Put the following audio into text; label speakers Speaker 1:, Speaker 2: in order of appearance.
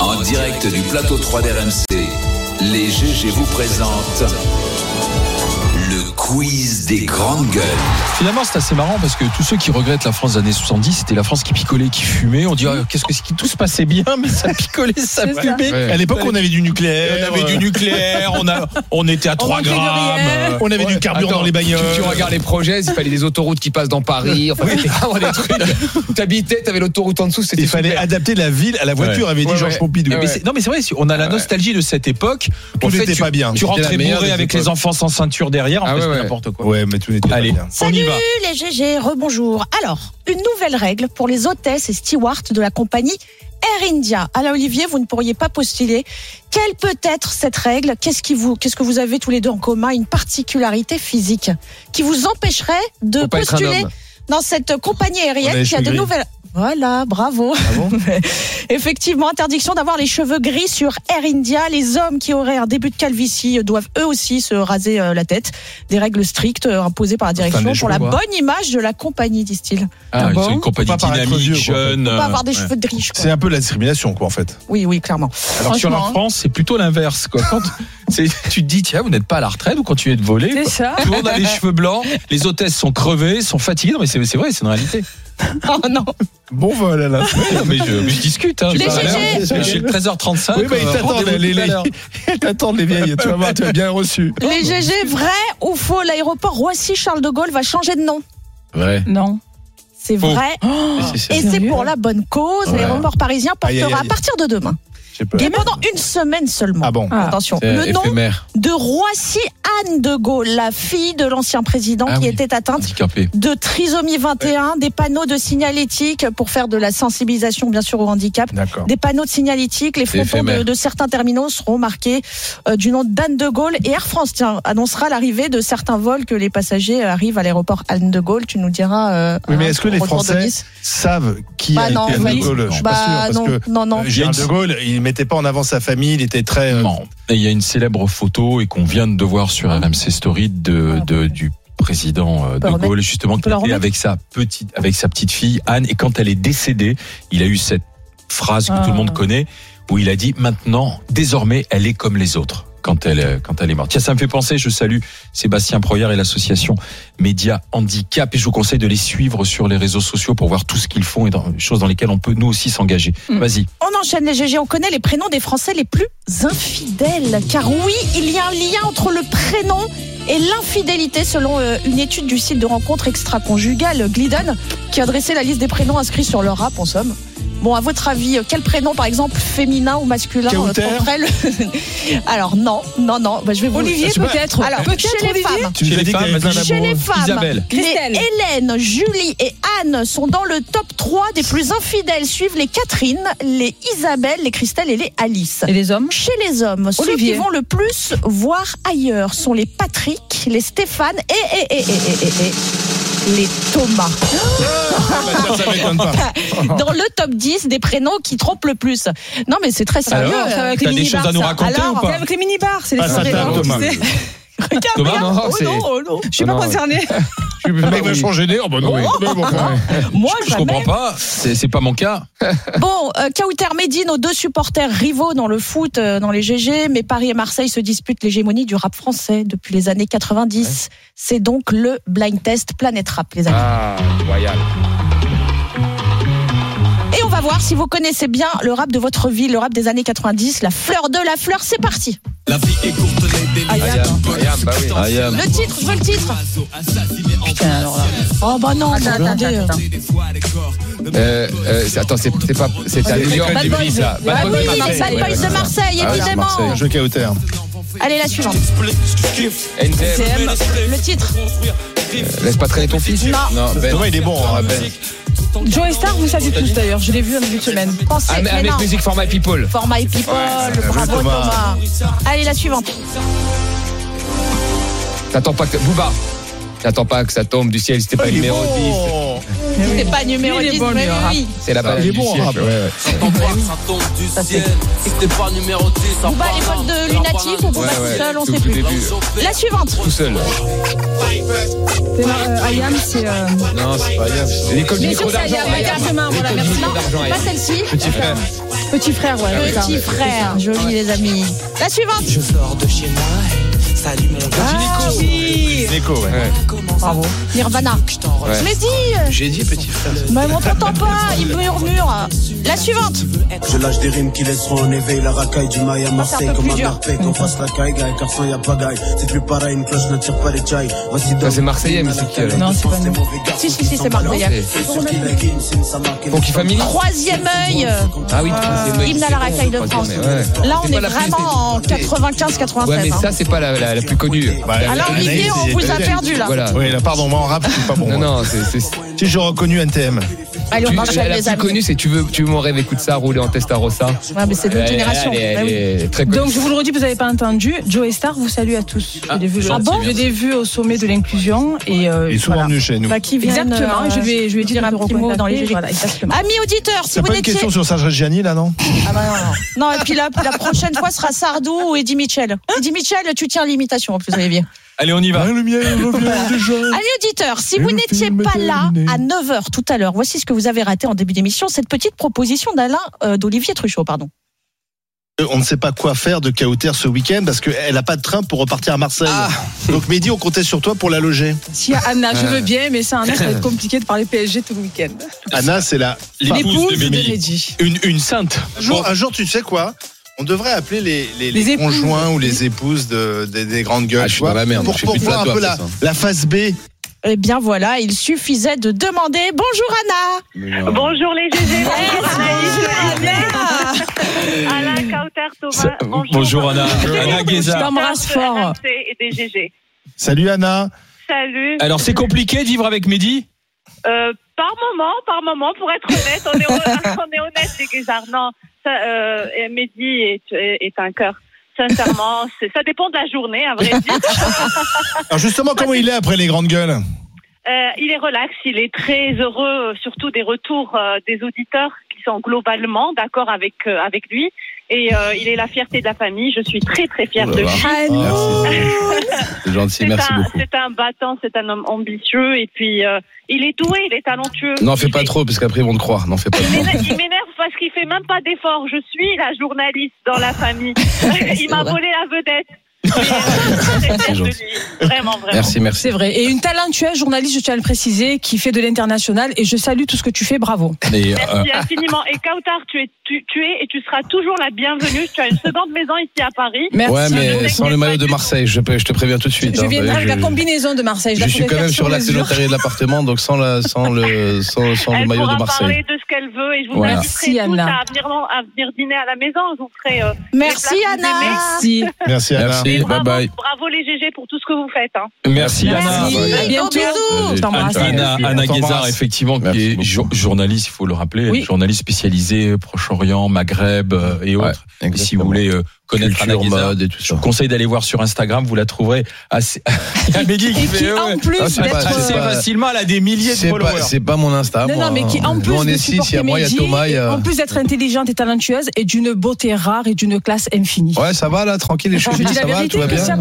Speaker 1: En direct du plateau 3 d'RMC, les GG vous présentent le quiz des grandes gueules.
Speaker 2: Finalement, c'est assez marrant parce que tous ceux qui regrettent la France des années 70, c'était la France qui picolait, qui fumait. On dit, ah, qu'est-ce que c'est qui tout se passait bien, mais ça picolait, ça
Speaker 3: C'est ça.
Speaker 2: fumait.
Speaker 4: Ouais.
Speaker 2: À l'époque,
Speaker 4: on avait du nucléaire.
Speaker 2: on avait du nucléaire, on, a, on était à 3
Speaker 3: manquait de
Speaker 2: grammes.
Speaker 3: rien.
Speaker 4: On avait du carburant dans les bagnoles.
Speaker 5: Tu, tu regardes les projets, il fallait des autoroutes qui passent dans Paris. Enfin, c'était vraiment des trucs. T'habitais, t'avais l'autoroute en dessous, c'était
Speaker 4: Il fallait
Speaker 5: super.
Speaker 4: adapter la ville à la voiture, avait dit
Speaker 5: Ouais,
Speaker 4: Georges
Speaker 5: ouais.
Speaker 4: Pompidou.
Speaker 2: Ah, Mais
Speaker 5: Ouais.
Speaker 2: c'est- Non mais c'est vrai, si on a la nostalgie de cette époque.
Speaker 4: Tout
Speaker 2: En fait,
Speaker 4: n'était
Speaker 2: tu-
Speaker 4: pas bien.
Speaker 2: Tu
Speaker 4: C'était la
Speaker 2: rentrais
Speaker 4: meilleure
Speaker 2: bourré
Speaker 4: des
Speaker 2: avec
Speaker 4: époques.
Speaker 2: les enfants sans ceinture derrière, en
Speaker 5: Ah
Speaker 2: fait,
Speaker 5: ouais,
Speaker 2: c'était
Speaker 5: ouais.
Speaker 2: n'importe quoi.
Speaker 4: Ouais, mais tout n'était pas
Speaker 2: Allez.
Speaker 4: bien.
Speaker 2: On y
Speaker 6: Salut
Speaker 2: va.
Speaker 6: les GG, rebonjour. Alors, une nouvelle règle pour les hôtesses et stewards de la compagnie Air India. Alain Olivier, vous ne pourriez pas postuler. Quelle peut être cette règle Qu'est-ce qui vous, qu'est-ce que vous avez tous les deux en commun Une particularité physique qui vous empêcherait de
Speaker 5: Faut pas être un
Speaker 6: postuler
Speaker 5: homme.
Speaker 6: dans cette compagnie
Speaker 4: On a les
Speaker 6: aérienne qui a
Speaker 4: cheveux
Speaker 6: de
Speaker 4: gris.
Speaker 6: nouvelles. Voilà, bravo. Effectivement, interdiction d'avoir les cheveux gris sur Air India. Les hommes qui auraient un début de calvitie doivent eux aussi se raser euh, la tête. Des règles strictes euh, imposées par la direction
Speaker 4: des
Speaker 6: pour
Speaker 4: cheveux,
Speaker 6: la
Speaker 4: quoi.
Speaker 6: bonne image de la compagnie, disent-ils.
Speaker 2: Ah,
Speaker 6: Ah bon
Speaker 2: c'est une compagnie
Speaker 4: Faut pas paraître
Speaker 2: dynamique,
Speaker 4: vieux, quoi.
Speaker 2: jeune.
Speaker 6: Faut pas avoir
Speaker 2: ouais.
Speaker 6: des cheveux de riche. quoi.
Speaker 4: Ah, C'est un peu la discrimination, quoi, en fait.
Speaker 6: Oui, oui, clairement.
Speaker 2: Alors sur la
Speaker 6: Franchement, hein.
Speaker 2: France, c'est plutôt l'inverse. Quoi. Quand c'est- tu te dis, tiens, vous n'êtes pas à la retraite, vous continuez de voler.
Speaker 3: C'est
Speaker 2: quoi.
Speaker 3: ça.
Speaker 2: Tout le monde a les cheveux blancs, les hôtesses sont crevées, sont fatiguées. Non, mais c'est, c'est vrai, c'est une réalité.
Speaker 6: Oh non.
Speaker 4: Bon vol, Alain.
Speaker 2: Non, mais, je, mais je discute. Hein,
Speaker 6: Les
Speaker 2: Je suis
Speaker 6: GG.
Speaker 2: à l'heure. Je suis le 13h35.
Speaker 4: Oui, mais ils
Speaker 2: euh,
Speaker 4: t'attendent,
Speaker 2: rendez-vous
Speaker 4: les,
Speaker 2: tout à
Speaker 4: les-
Speaker 2: l'heure.
Speaker 4: ils t'attendent, les vieilles. Tu vas voir, tu as bien reçu.
Speaker 6: Les GG, vrai ou faux L'aéroport Roissy-Charles de Gaulle va changer de nom.
Speaker 4: Ouais.
Speaker 3: Non.
Speaker 6: C'est
Speaker 2: Faux.
Speaker 6: vrai. Et c'est
Speaker 3: Sérieux
Speaker 6: pour la bonne cause.
Speaker 4: Oh. Ah, Ouais.
Speaker 6: L'aéroport parisien
Speaker 4: Aïe, aïe,
Speaker 6: portera
Speaker 4: aïe.
Speaker 6: à partir de demain.
Speaker 4: J'ai peur.
Speaker 6: Et pendant une semaine seulement.
Speaker 4: Ah bon
Speaker 3: Ah.
Speaker 6: Attention.
Speaker 5: C'est
Speaker 6: Le nom
Speaker 5: éphémère.
Speaker 6: de Roissy Anne de Gaulle, la fille de l'ancien président
Speaker 5: Ah
Speaker 6: qui
Speaker 5: oui.
Speaker 6: était atteinte
Speaker 5: handicapé.
Speaker 6: de trisomie 21, des panneaux de signalétique pour faire de la sensibilisation bien sûr au handicap.
Speaker 4: D'accord.
Speaker 6: Des panneaux de signalétique, les frontons
Speaker 5: éphémère.
Speaker 6: de, de certains terminaux seront marqués euh, du nom d'Anne de Gaulle et Air France tiens, annoncera l'arrivée de certains vols que les passagers euh, arrivent à l'aéroport Anne de Gaulle. Tu nous diras. euh,
Speaker 4: Oui, mais
Speaker 6: hein,
Speaker 4: est-ce que
Speaker 6: au
Speaker 4: les
Speaker 6: retour de
Speaker 4: Français
Speaker 6: Nice.
Speaker 4: Savent qui
Speaker 6: Bah
Speaker 4: a
Speaker 6: non,
Speaker 4: été Anne
Speaker 6: oui.
Speaker 4: de Gaulle. Je suis
Speaker 6: Bah,
Speaker 4: pas sûr.
Speaker 6: non,
Speaker 4: Parce que
Speaker 6: non, non.
Speaker 4: euh, Gérard de Gaulle, il mettait pas en avant sa famille. Il était très. euh,
Speaker 2: Non. Et il y a une célèbre photo et qu'on vient de voir sur RMC Story de, de- du président euh, de
Speaker 6: remettre-
Speaker 2: Gaulle justement qui
Speaker 6: Ah, peut la
Speaker 2: était
Speaker 6: remettre
Speaker 2: avec sa petite avec sa petite fille Anne et quand elle est décédée, il a eu cette phrase que
Speaker 3: Ah.
Speaker 2: tout le monde connaît où il a dit maintenant désormais elle est comme les autres quand elle euh, quand elle est morte. Tiens, ça me fait penser, je salue Sébastien Proyard et l'association Média Handicap et je vous conseille de les suivre sur les réseaux sociaux pour voir tout ce qu'ils font et dans, choses dans lesquelles on peut nous aussi s'engager.
Speaker 3: Mm.
Speaker 2: Vas-y.
Speaker 6: On enchaîne les GG, on connaît les prénoms des Français les plus infidèles. Car oui, il y a un lien entre le prénom et l'infidélité selon euh, une étude du site de rencontre extra-conjugale Glidden qui a dressé la liste des prénoms inscrits sur leur app en somme. Bon, à votre avis, euh, quel prénom par exemple féminin ou masculin euh,
Speaker 4: Cauter
Speaker 6: tromperait le- Alors non, non, non, bah, je vais vous
Speaker 3: Olivier,
Speaker 4: Je sais pas.
Speaker 3: peut-être.
Speaker 6: Alors,
Speaker 3: peut-être
Speaker 6: chez les
Speaker 3: Olivier.
Speaker 6: femmes,
Speaker 4: Tu nous as dit que t'avais plein
Speaker 6: chez
Speaker 4: d'amoureux.
Speaker 6: les femmes,
Speaker 2: Isabelle.
Speaker 6: les
Speaker 3: Christelle.
Speaker 6: Hélène, Julie et Anne sont dans le top 3 des plus infidèles. Suivent les Catherine, les Isabelle, les Christelle et les Alice.
Speaker 3: Et les hommes
Speaker 6: Chez les hommes,
Speaker 3: Olivier.
Speaker 6: ceux qui vont le plus voir ailleurs sont les Patrick, les Stéphane et, et, et, et, et, et- et les Thomas.
Speaker 4: Ça, ça m'étonne pas.
Speaker 6: Dans le top 10 des prénoms qui trompent le plus. Non mais c'est très sérieux. euh,
Speaker 3: Alors, Ah, ça va avec les
Speaker 2: T'as des
Speaker 3: minibars,
Speaker 2: choses à nous
Speaker 3: ça.
Speaker 2: raconter
Speaker 6: Alors,
Speaker 2: ou
Speaker 3: C'est
Speaker 2: pas Ah,
Speaker 3: avec les minibars, c'est les
Speaker 4: Passe à
Speaker 3: femmes
Speaker 4: table,
Speaker 3: des gens,
Speaker 4: Thomas.
Speaker 3: tu sais.
Speaker 2: Thomas
Speaker 6: Regarde,
Speaker 5: non,
Speaker 6: oh
Speaker 5: c'est-
Speaker 6: non, oh non.
Speaker 2: Ah,
Speaker 3: Je suis pas
Speaker 5: Non, non.
Speaker 3: concernée.
Speaker 5: Je suis
Speaker 4: Mais changer d'air, bah non. Mais bon, ouais.
Speaker 6: Moi,
Speaker 2: Je
Speaker 6: jamais.
Speaker 2: comprends pas, c'est c'est pas mon cas.
Speaker 6: Bon, euh, Kauter Mehdi, nos deux supporters rivaux dans le foot, euh, dans les GG, mais Paris et Marseille se disputent l'hégémonie du rap français depuis les années 90. C'est donc le blind test Planète Rap, les amis.
Speaker 5: Ah, royal.
Speaker 6: Et on va voir si vous connaissez bien le rap de votre ville, le rap des années 90, la fleur de la fleur, c'est parti.
Speaker 7: La vie est courte, les délires.
Speaker 5: I am, I am, bah oui.
Speaker 2: I am.
Speaker 6: Le titre, je veux le titre.
Speaker 3: Putain, alors là.
Speaker 6: Oh bah non,
Speaker 3: Attends, attends,
Speaker 6: attendez.
Speaker 3: attends, attends.
Speaker 5: Euh, euh, c'est- attends, c'est c'est pas, Ah, c'est à New York.
Speaker 3: Bad Boys.
Speaker 5: ça.
Speaker 6: Ah
Speaker 5: Bad
Speaker 6: oui,
Speaker 5: Boys,
Speaker 6: les
Speaker 5: Marseille,
Speaker 6: Bad
Speaker 5: ouais,
Speaker 6: Boys de
Speaker 5: ouais.
Speaker 6: Marseille,
Speaker 5: Ah oui,
Speaker 6: évidemment.
Speaker 5: Marseille.
Speaker 4: Un jeu Kauter.
Speaker 6: Allez, la suivante.
Speaker 5: NTM.
Speaker 6: Le titre.
Speaker 5: Laisse pas traîner ton fils.
Speaker 6: Non.
Speaker 5: Ben.
Speaker 4: Thomas, il est bon, hein, Ben.
Speaker 3: Joey Star, vous savez tous d'ailleurs. Je l'ai vu en début de semaine.
Speaker 6: Pensez,
Speaker 5: Am-
Speaker 6: mais non.
Speaker 5: Avec Music for My People.
Speaker 6: For my people, euh, bravo
Speaker 4: Thomas.
Speaker 6: Thomas. Allez, la suivante.
Speaker 5: T'attends pas que. Booba. T'attends pas que ça tombe du ciel si t'es pas
Speaker 6: Ah,
Speaker 4: Il est
Speaker 5: numéro 10.
Speaker 4: bon.
Speaker 6: C'était pas numéro
Speaker 3: Lui, il est
Speaker 6: 10,
Speaker 3: bon,
Speaker 6: mais
Speaker 3: lui, hein.
Speaker 6: oui.
Speaker 5: C'est la
Speaker 4: Ah, Il est
Speaker 5: balade.
Speaker 4: bon,
Speaker 5: du
Speaker 4: en rap.
Speaker 5: siècle.
Speaker 4: ouais, ouais.
Speaker 7: Ça tombe pas, ça tombe du
Speaker 6: Ça, c'est-
Speaker 7: ciel. C'était pas numéro 10. ça
Speaker 6: Booba à
Speaker 7: parle
Speaker 6: l'époque
Speaker 7: d'un-
Speaker 6: de
Speaker 7: d'un
Speaker 6: Lunatic
Speaker 7: parrain.
Speaker 6: ou Booba
Speaker 5: Ouais, ouais,
Speaker 6: tout seul, on
Speaker 5: tout
Speaker 6: sait
Speaker 5: le
Speaker 6: plus.
Speaker 5: début. euh,
Speaker 6: La suivante.
Speaker 5: Tout seul.
Speaker 3: C'est mar- euh, Ayam, c'est. euh,
Speaker 5: Non, c'est pas grave. L'école du
Speaker 3: Bien sûr
Speaker 5: micro
Speaker 3: que c'est
Speaker 5: d'argent.
Speaker 3: Ayam, Ayam, c'est main, voilà, merci.
Speaker 6: Non, c'est pas celle-ci.
Speaker 5: Petit frère.
Speaker 3: Petit frère, ouais. c'est ça.
Speaker 6: Petit frère. Joli, les amis. La suivante.
Speaker 7: Je sors de chez moi. Salut mon gars.
Speaker 6: Ah oui.
Speaker 4: Nico, ouais.
Speaker 7: Comment ça
Speaker 6: Bravo. Nirvana.
Speaker 5: Ouais.
Speaker 6: Mais dis,
Speaker 8: J'ai dit petit frère.
Speaker 6: mais on t'entend pas, il murmure. La suivante.
Speaker 9: Je lâche des rimes qui laisseront en éveil la racaille du maille à Marseille.
Speaker 6: peu
Speaker 9: Comme
Speaker 6: plus
Speaker 9: un
Speaker 6: dur.
Speaker 9: merveille, qu'on fasse la caille, gars, car sans y a pagaille. C'est plus pareil, une cloche n'attire pas les chai. Voici donc-
Speaker 5: c'est Marseillais, mais c'est qui, alors
Speaker 3: Non, c'est pas nous.
Speaker 6: Si, si, si, c'est Marseillais.
Speaker 9: C'est sûr qu'il la guine, c'est une samarque.
Speaker 5: Pour qui famille
Speaker 6: Troisième œil.
Speaker 5: Ah oui, troisième œil,
Speaker 6: Hymne à
Speaker 5: c'est
Speaker 6: la
Speaker 5: bon,
Speaker 6: racaille de
Speaker 5: troisième
Speaker 6: France.
Speaker 5: œil, ouais.
Speaker 6: Là, on
Speaker 5: C'est
Speaker 6: est
Speaker 5: pas la plus-
Speaker 6: vraiment en 95-96.
Speaker 5: Ouais, mais ça, c'est pas la, la, la plus connue.
Speaker 6: Alors, Bah, Olivier, on vous a perdu là.
Speaker 5: Voilà.
Speaker 4: Ah. Oui, là, pardon, moi en rap, je suis pas bon.
Speaker 5: Non,
Speaker 4: moi.
Speaker 5: non, c'est. c'est- tu-
Speaker 4: Si j'ai reconnu NTM.
Speaker 6: Allez, on
Speaker 5: La
Speaker 6: enchaîne,
Speaker 5: la
Speaker 6: les
Speaker 5: plus
Speaker 6: amis.
Speaker 5: connue, c'est tu veux, tu veux mon rêve, écoute ça, rouler en Testarossa.
Speaker 6: Ouais, mais c'est de notre
Speaker 5: Elle-
Speaker 6: génération.
Speaker 5: elle est-
Speaker 6: Bah
Speaker 5: elle
Speaker 6: oui.
Speaker 5: est très connue.
Speaker 3: Donc je vous le redis, vous n'avez pas entendu. Joe Star vous salue à tous. je l'ai vu, le-
Speaker 2: Ah, gentil,
Speaker 3: je l'ai vu au sommet de l'inclusion et euh,
Speaker 4: Il est souvent
Speaker 3: voilà.
Speaker 4: venu chez nous.
Speaker 3: Bah, qui viennent,
Speaker 6: Exactement,
Speaker 3: euh,
Speaker 6: je lui
Speaker 3: je lui ai dit
Speaker 6: dire
Speaker 3: de
Speaker 6: un
Speaker 3: me
Speaker 6: petit mot dans les
Speaker 3: recontacter,
Speaker 6: jeux.
Speaker 3: Voilà, exactement.
Speaker 6: Amis auditeurs, si
Speaker 4: T'as
Speaker 6: vous
Speaker 4: pas une
Speaker 6: étiez.
Speaker 4: question sur Serge Gianni, là, non
Speaker 6: Ah bah non, non. Non, et puis là, la prochaine fois sera Sardou ou Eddie Mitchell.
Speaker 4: Hein
Speaker 6: Eddie Mitchell, tu tiens l'imitation en plus, Olivier.
Speaker 2: Allez, on y va.
Speaker 4: Ah, le mien revient déjà.
Speaker 6: Amis auditeurs, si
Speaker 4: Et
Speaker 6: vous
Speaker 4: le
Speaker 6: n'étiez
Speaker 4: film
Speaker 6: pas
Speaker 4: est
Speaker 6: là
Speaker 4: terminé.
Speaker 6: à 9h tout à l'heure, voici ce que vous avez raté en début d'émission, cette petite proposition d'Alain, euh, d'Olivier Truchot, pardon.
Speaker 10: Euh, on ne sait pas quoi faire de Kauter ce week-end parce qu'elle n'a pas de train pour repartir à Marseille.
Speaker 4: Ah.
Speaker 10: Donc Mehdi, on comptait sur toi pour la loger.
Speaker 3: S'il y a Anna, je
Speaker 2: Euh.
Speaker 3: veux bien, mais ça, Anna, ça va être compliqué de parler PSG tout le week-end.
Speaker 10: Anna, c'est la
Speaker 2: L'épouse
Speaker 3: L'épouse
Speaker 2: de
Speaker 3: de
Speaker 2: Mehdi.
Speaker 3: Mehdi.
Speaker 2: Une, une sainte.
Speaker 10: Un jour, un jour, tu sais quoi On devrait appeler les, les-
Speaker 3: Les
Speaker 10: les
Speaker 3: épouses.
Speaker 10: conjoints ou les épouses de, des, des grandes gueules.
Speaker 8: Ah, je
Speaker 10: tu
Speaker 8: suis dans
Speaker 10: vois,
Speaker 8: la merde,
Speaker 10: Pour,
Speaker 8: je fais
Speaker 10: pour
Speaker 8: plus de
Speaker 10: voir un
Speaker 8: plateau
Speaker 10: peu la,
Speaker 8: après
Speaker 10: la face B.
Speaker 6: Eh bien voilà, il suffisait de demander bonjour Anna.
Speaker 11: Bonjour les GG,
Speaker 6: Anna.
Speaker 11: Alain Kauter, Thomas, Anjou,
Speaker 2: Bonjour Anna.
Speaker 11: Bonjour.
Speaker 2: Anna
Speaker 3: Je
Speaker 2: Guézard.
Speaker 3: t'embrasse
Speaker 11: de
Speaker 3: fort.
Speaker 11: RMC et des GG.
Speaker 4: Salut Anna.
Speaker 11: Salut.
Speaker 2: Alors, c'est compliqué de vivre avec Mehdi
Speaker 11: Euh, par moment, par moment, pour être honnête, on est, on est honnête les Guézards. Non, ça, euh, et Mehdi est, est est un cœur. Sincèrement, c'est- ça dépend de la journée, à vrai dire.
Speaker 4: Alors justement, comment il est après les grandes gueules
Speaker 11: Euh, il est relax, il est très heureux, euh, surtout des retours euh, des auditeurs qui sont globalement d'accord avec euh, avec lui. Et euh, il est la fierté de la famille. Je suis très très fière
Speaker 8: Oh là
Speaker 11: de
Speaker 8: là.
Speaker 11: lui.
Speaker 8: C'est gentil, merci
Speaker 11: un,
Speaker 8: beaucoup.
Speaker 11: C'est un battant, c'est un homme ambitieux et puis euh, il est doué, il est talentueux.
Speaker 8: N'en fais pas
Speaker 11: Il-
Speaker 8: trop, parce qu'après ils vont te croire. N'en fais pas
Speaker 11: Il
Speaker 8: trop.
Speaker 11: m'énerve il m'énerve parce qu'il fait même pas d'effort. Je suis la journaliste dans la famille. Il m'a
Speaker 8: vrai.
Speaker 11: volé la vedette. Mais, euh, je suis très fière de
Speaker 8: gentil.
Speaker 11: lui. Vraiment, vraiment.
Speaker 8: Merci, merci.
Speaker 3: C'est vrai. Et une talentueuse journaliste, je tiens à le préciser, qui fait de l'international. Et je salue tout ce que tu fais, bravo.
Speaker 2: Mais, euh,
Speaker 11: Merci infiniment. Et Kautar, tu es, tu, tu es et tu seras toujours la bienvenue. Tu as une seconde maison ici à Paris.
Speaker 3: Merci.
Speaker 8: Ouais, mais
Speaker 11: t'inquiète
Speaker 8: sans le
Speaker 11: pas
Speaker 8: maillot
Speaker 11: du
Speaker 8: de
Speaker 11: tout.
Speaker 8: Marseille, je, peux- je te préviens tout de suite.
Speaker 3: Je
Speaker 8: hein,
Speaker 3: viendrai avec
Speaker 8: je-
Speaker 3: la combinaison de Marseille.
Speaker 8: je
Speaker 3: la
Speaker 8: suis
Speaker 3: pouvais
Speaker 8: quand
Speaker 3: faire
Speaker 8: même sur la
Speaker 3: mesure.
Speaker 8: sénotariée de l'appartement, donc sans, la, sans, le, sans, sans le
Speaker 11: Elle
Speaker 8: maillot
Speaker 11: pourra
Speaker 8: de Marseille.
Speaker 11: parler de ce qu'elle veut et je vous
Speaker 8: Voilà.
Speaker 3: Merci,
Speaker 11: inviterai tous
Speaker 3: Anna.
Speaker 11: à venir, à venir dîner à la maison. Je vous ferai. euh,
Speaker 6: Merci
Speaker 11: des plats que vous aimez.
Speaker 6: Anna.
Speaker 3: Merci.
Speaker 8: Ah,
Speaker 4: Merci Anna.
Speaker 8: Merci, bye
Speaker 11: Bravo,
Speaker 8: bye.
Speaker 11: bravo les GG pour tout ce que vous faites. hein.
Speaker 2: merci Anna.
Speaker 8: Merci.
Speaker 3: À bientôt.
Speaker 6: Bisous.
Speaker 3: Je t'embrasse.
Speaker 2: Anna,
Speaker 8: Merci.
Speaker 2: Anna
Speaker 8: On t'embrasse.
Speaker 2: Guézard, effectivement,
Speaker 8: Merci
Speaker 2: qui est
Speaker 8: beaucoup.
Speaker 2: jour- journaliste, il faut le rappeler,
Speaker 3: Oui.
Speaker 2: journaliste spécialisée Proche-Orient, Maghreb euh, et autres. Et si vous voulez euh, connaître
Speaker 8: Culture,
Speaker 2: Anna Guézard,
Speaker 8: mode et tout
Speaker 2: je
Speaker 8: ça.
Speaker 2: vous conseille d'aller voir sur Instagram, vous la trouverez assez. Il y a Mehdi qui
Speaker 3: Et
Speaker 2: fait,
Speaker 3: qui,
Speaker 2: euh, ouais.
Speaker 3: en plus
Speaker 8: Ah, c'est pas-
Speaker 3: d'être.
Speaker 2: assez
Speaker 8: c'est pas-
Speaker 2: facilement, elle a des milliers de
Speaker 8: C'est
Speaker 2: followers.
Speaker 8: pas, c'est pas mon Insta.
Speaker 3: Non,
Speaker 8: moi,
Speaker 3: non, mais qui
Speaker 8: hein.
Speaker 3: en plus
Speaker 8: Nous, on
Speaker 3: de
Speaker 8: est six, il y
Speaker 3: supporter
Speaker 8: a moi, il y a
Speaker 3: Mehdi,
Speaker 8: Thomas. il y a-
Speaker 3: en plus d'être intelligente et talentueuse et d'une beauté rare et d'une classe infinie.
Speaker 8: Ouais, ça va là, tranquille, les
Speaker 3: Je
Speaker 8: cheveux,
Speaker 3: dis la
Speaker 8: ça va,
Speaker 3: vérité,
Speaker 8: tout va bien. hein.
Speaker 3: Christian.